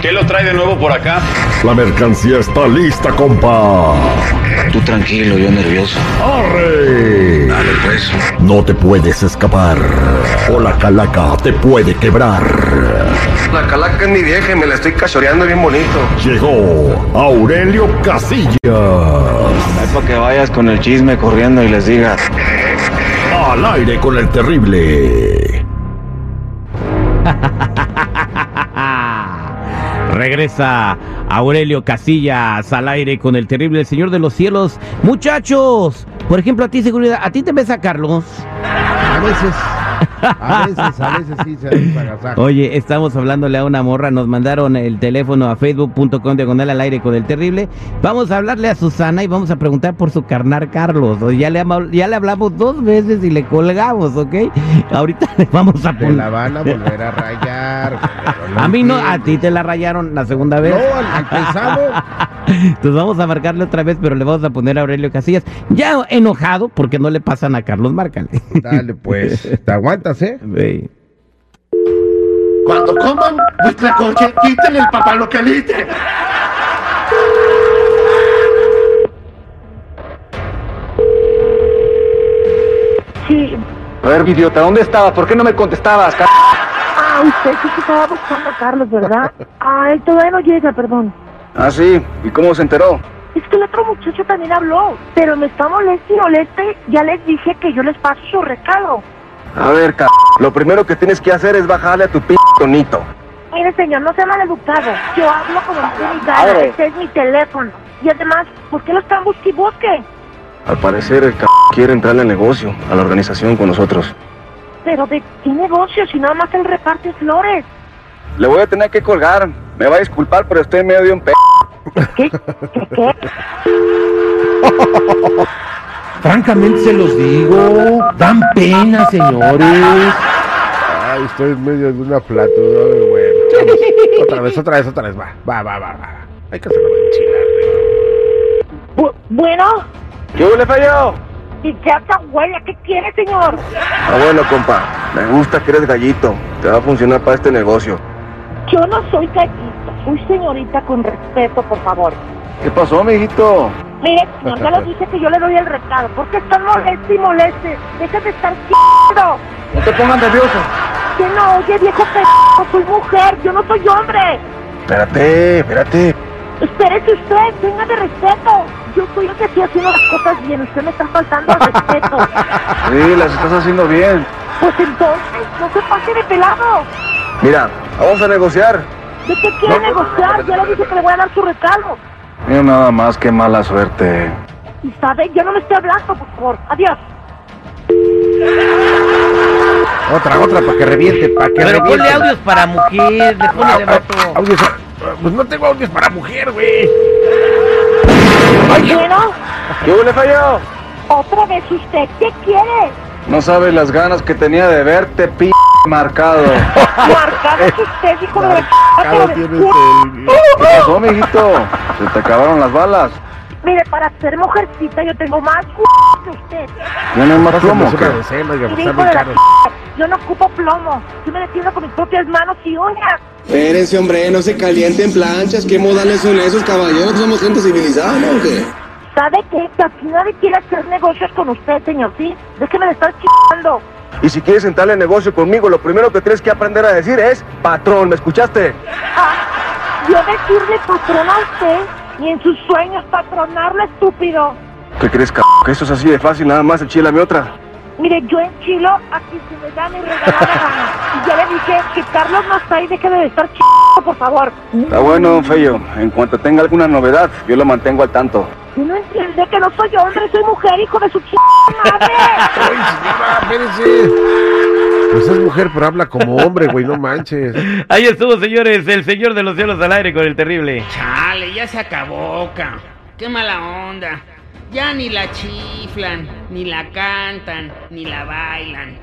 ¿Qué lo trae de nuevo por acá? La mercancía está lista, compa. Tú tranquilo, yo nervioso. ¡Arre! Dale, pues. No te puedes escapar. O la calaca te puede quebrar. La calaca es mi vieja y me la estoy cachoreando bien bonito. Llegó Aurelio Casillas. Es para que vayas con el chisme corriendo y les digas. Al aire con el terrible. Regresa Aurelio Casillas al aire con el terrible el Señor de los Cielos. Muchachos, por ejemplo, a ti seguridad, a ti te besa Carlos. A veces, a veces, a veces sí se hace un agasajo. Oye, estamos hablándole a una morra, nos mandaron el teléfono a facebook.com diagonal al aire con el terrible. Vamos a hablarle a Susana y vamos a preguntar por su carnal Carlos. O ya, le, ama- ya le hablamos dos veces y le colgamos, ¿ok? Ahorita le vamos a Te la poner. van a volver a rayar. pero no A mí no, a entiendo. ti te la rayaron la segunda vez. No, al, al pesado. Entonces vamos a marcarle otra vez, pero le vamos a poner a Aurelio Casillas. Ya enojado porque no le pasan a Carlos, márcale. Dale, pues. Te aguantas, ¿eh? Ve. Cuando coman vuestra coche, quiten el papalocalite. Sí, A ver, idiota, ¿dónde estabas? ¿Por qué no me contestabas, c ah, usted sí que estaba buscando a Carlos, ¿verdad? Ah, él todavía no llega, perdón. Ah, sí. ¿Y cómo se enteró? Es que el otro muchacho también habló, pero me está molesto y molesta. Ya les dije que yo les paso su recado. A ver, c Lo primero que tienes que hacer es bajarle a tu p tonito. Mire, señor, no sea maleducado. Yo hablo como usted me gana, madre. este es mi teléfono. Y además, ¿por qué lo están busque y busque? Al parecer el c quiere entrar al negocio, a la organización con nosotros. Pero ¿de qué negocio si nada más él reparte flores? Le voy a tener que colgar. Me va a disculpar, pero estoy en medio de un p. ¿Qué? ¿Qué? qué? Francamente se los digo, dan pena, señores. Ay, estoy en medio de una plata. Ay, bueno. vamos. Otra vez, otra vez, otra vez. Va, va, va, va. va. Hay que hacerlo de enchilar, güey. Bu- bueno, ¡Yo le fallo! y ya está huele, ¿qué quiere, señor? Ah, bueno, compa. Me gusta que eres gallito. Te va a funcionar para este negocio. Yo no soy gallito, soy señorita con respeto, por favor. ¿Qué pasó, mijito? Mire, señor, ya lo dije que yo le doy el recado. ¿Por qué están moleste y moleste? Deja de estar c******o. No te pongas nervioso. Que no, oye, viejo p***, soy mujer, yo no soy hombre. Espérate, espérate. Espérese usted, tenga de respeto. Yo soy el que estoy haciendo las cosas bien, usted me está faltando al respeto. Sí, las estás haciendo bien. Pues entonces, no se pase de pelado. Mira, vamos a negociar. ¿De qué quiere negociar? Ya le dije que le voy a dar su recado. Mira nada más, qué mala suerte. Y sabe, yo no le estoy hablando, por favor. Adiós. Otra, otra, para que reviente, para que Pero ponle reviente. audios para mujer, le ponle de vato. Audios, ah, Pues no tengo audios para mujer, güey. Bueno, ¡Yo le fallo! otra vez usted, ¿qué quiere? No sabes las ganas que tenía de verte, p marcado. Marcado es usted, hijo de la c******, Cada pero de tienes c******. el... ¿Qué pasó, mijito? Se te acabaron las balas. Mire, para ser mujercita yo tengo más c*** que usted. ¿Tienes más Pásanos plomo una o qué? docena, oiga, Mire, pues, están hijo muy de la c******, caros. yo no ocupo plomo. Yo me defiendo con mis propias manos y uñas. Espérense, hombre, no se calienten planchas. ¿Qué modales son esos, caballeros? Somos gente civilizada, ¿no? ¿O qué? ¿Sabe qué? Que aquí nadie quiere hacer negocios con usted, señor, ¿sí? Déjeme de estar chingando. Y si quieres entrar en negocio conmigo, lo primero que tienes que aprender a decir es patrón, ¿me escuchaste? Ah, yo decirle patrón a usted y en sus sueños patronarlo, estúpido. ¿Qué crees, c que eso es así de fácil, nada más enchila mi otra? Mire, yo enchilo a quien se me da mi regalada gana. Y ya le dije que Carlos no está ahí, déjeme de estar chingando, por favor. Está bueno, Feyo. En cuanto tenga alguna novedad, yo lo mantengo al tanto. Y no entiende que no soy hombre, soy mujer, hijo de su ch... madre. Ay, señora, espérese. Pues es mujer, pero habla como hombre, güey, no manches. Ahí estuvo, señores, el Señor de los Cielos al aire con el terrible. Chale, ya se acabó, ca. Qué mala onda. Ya ni la chiflan, ni la cantan, ni la bailan.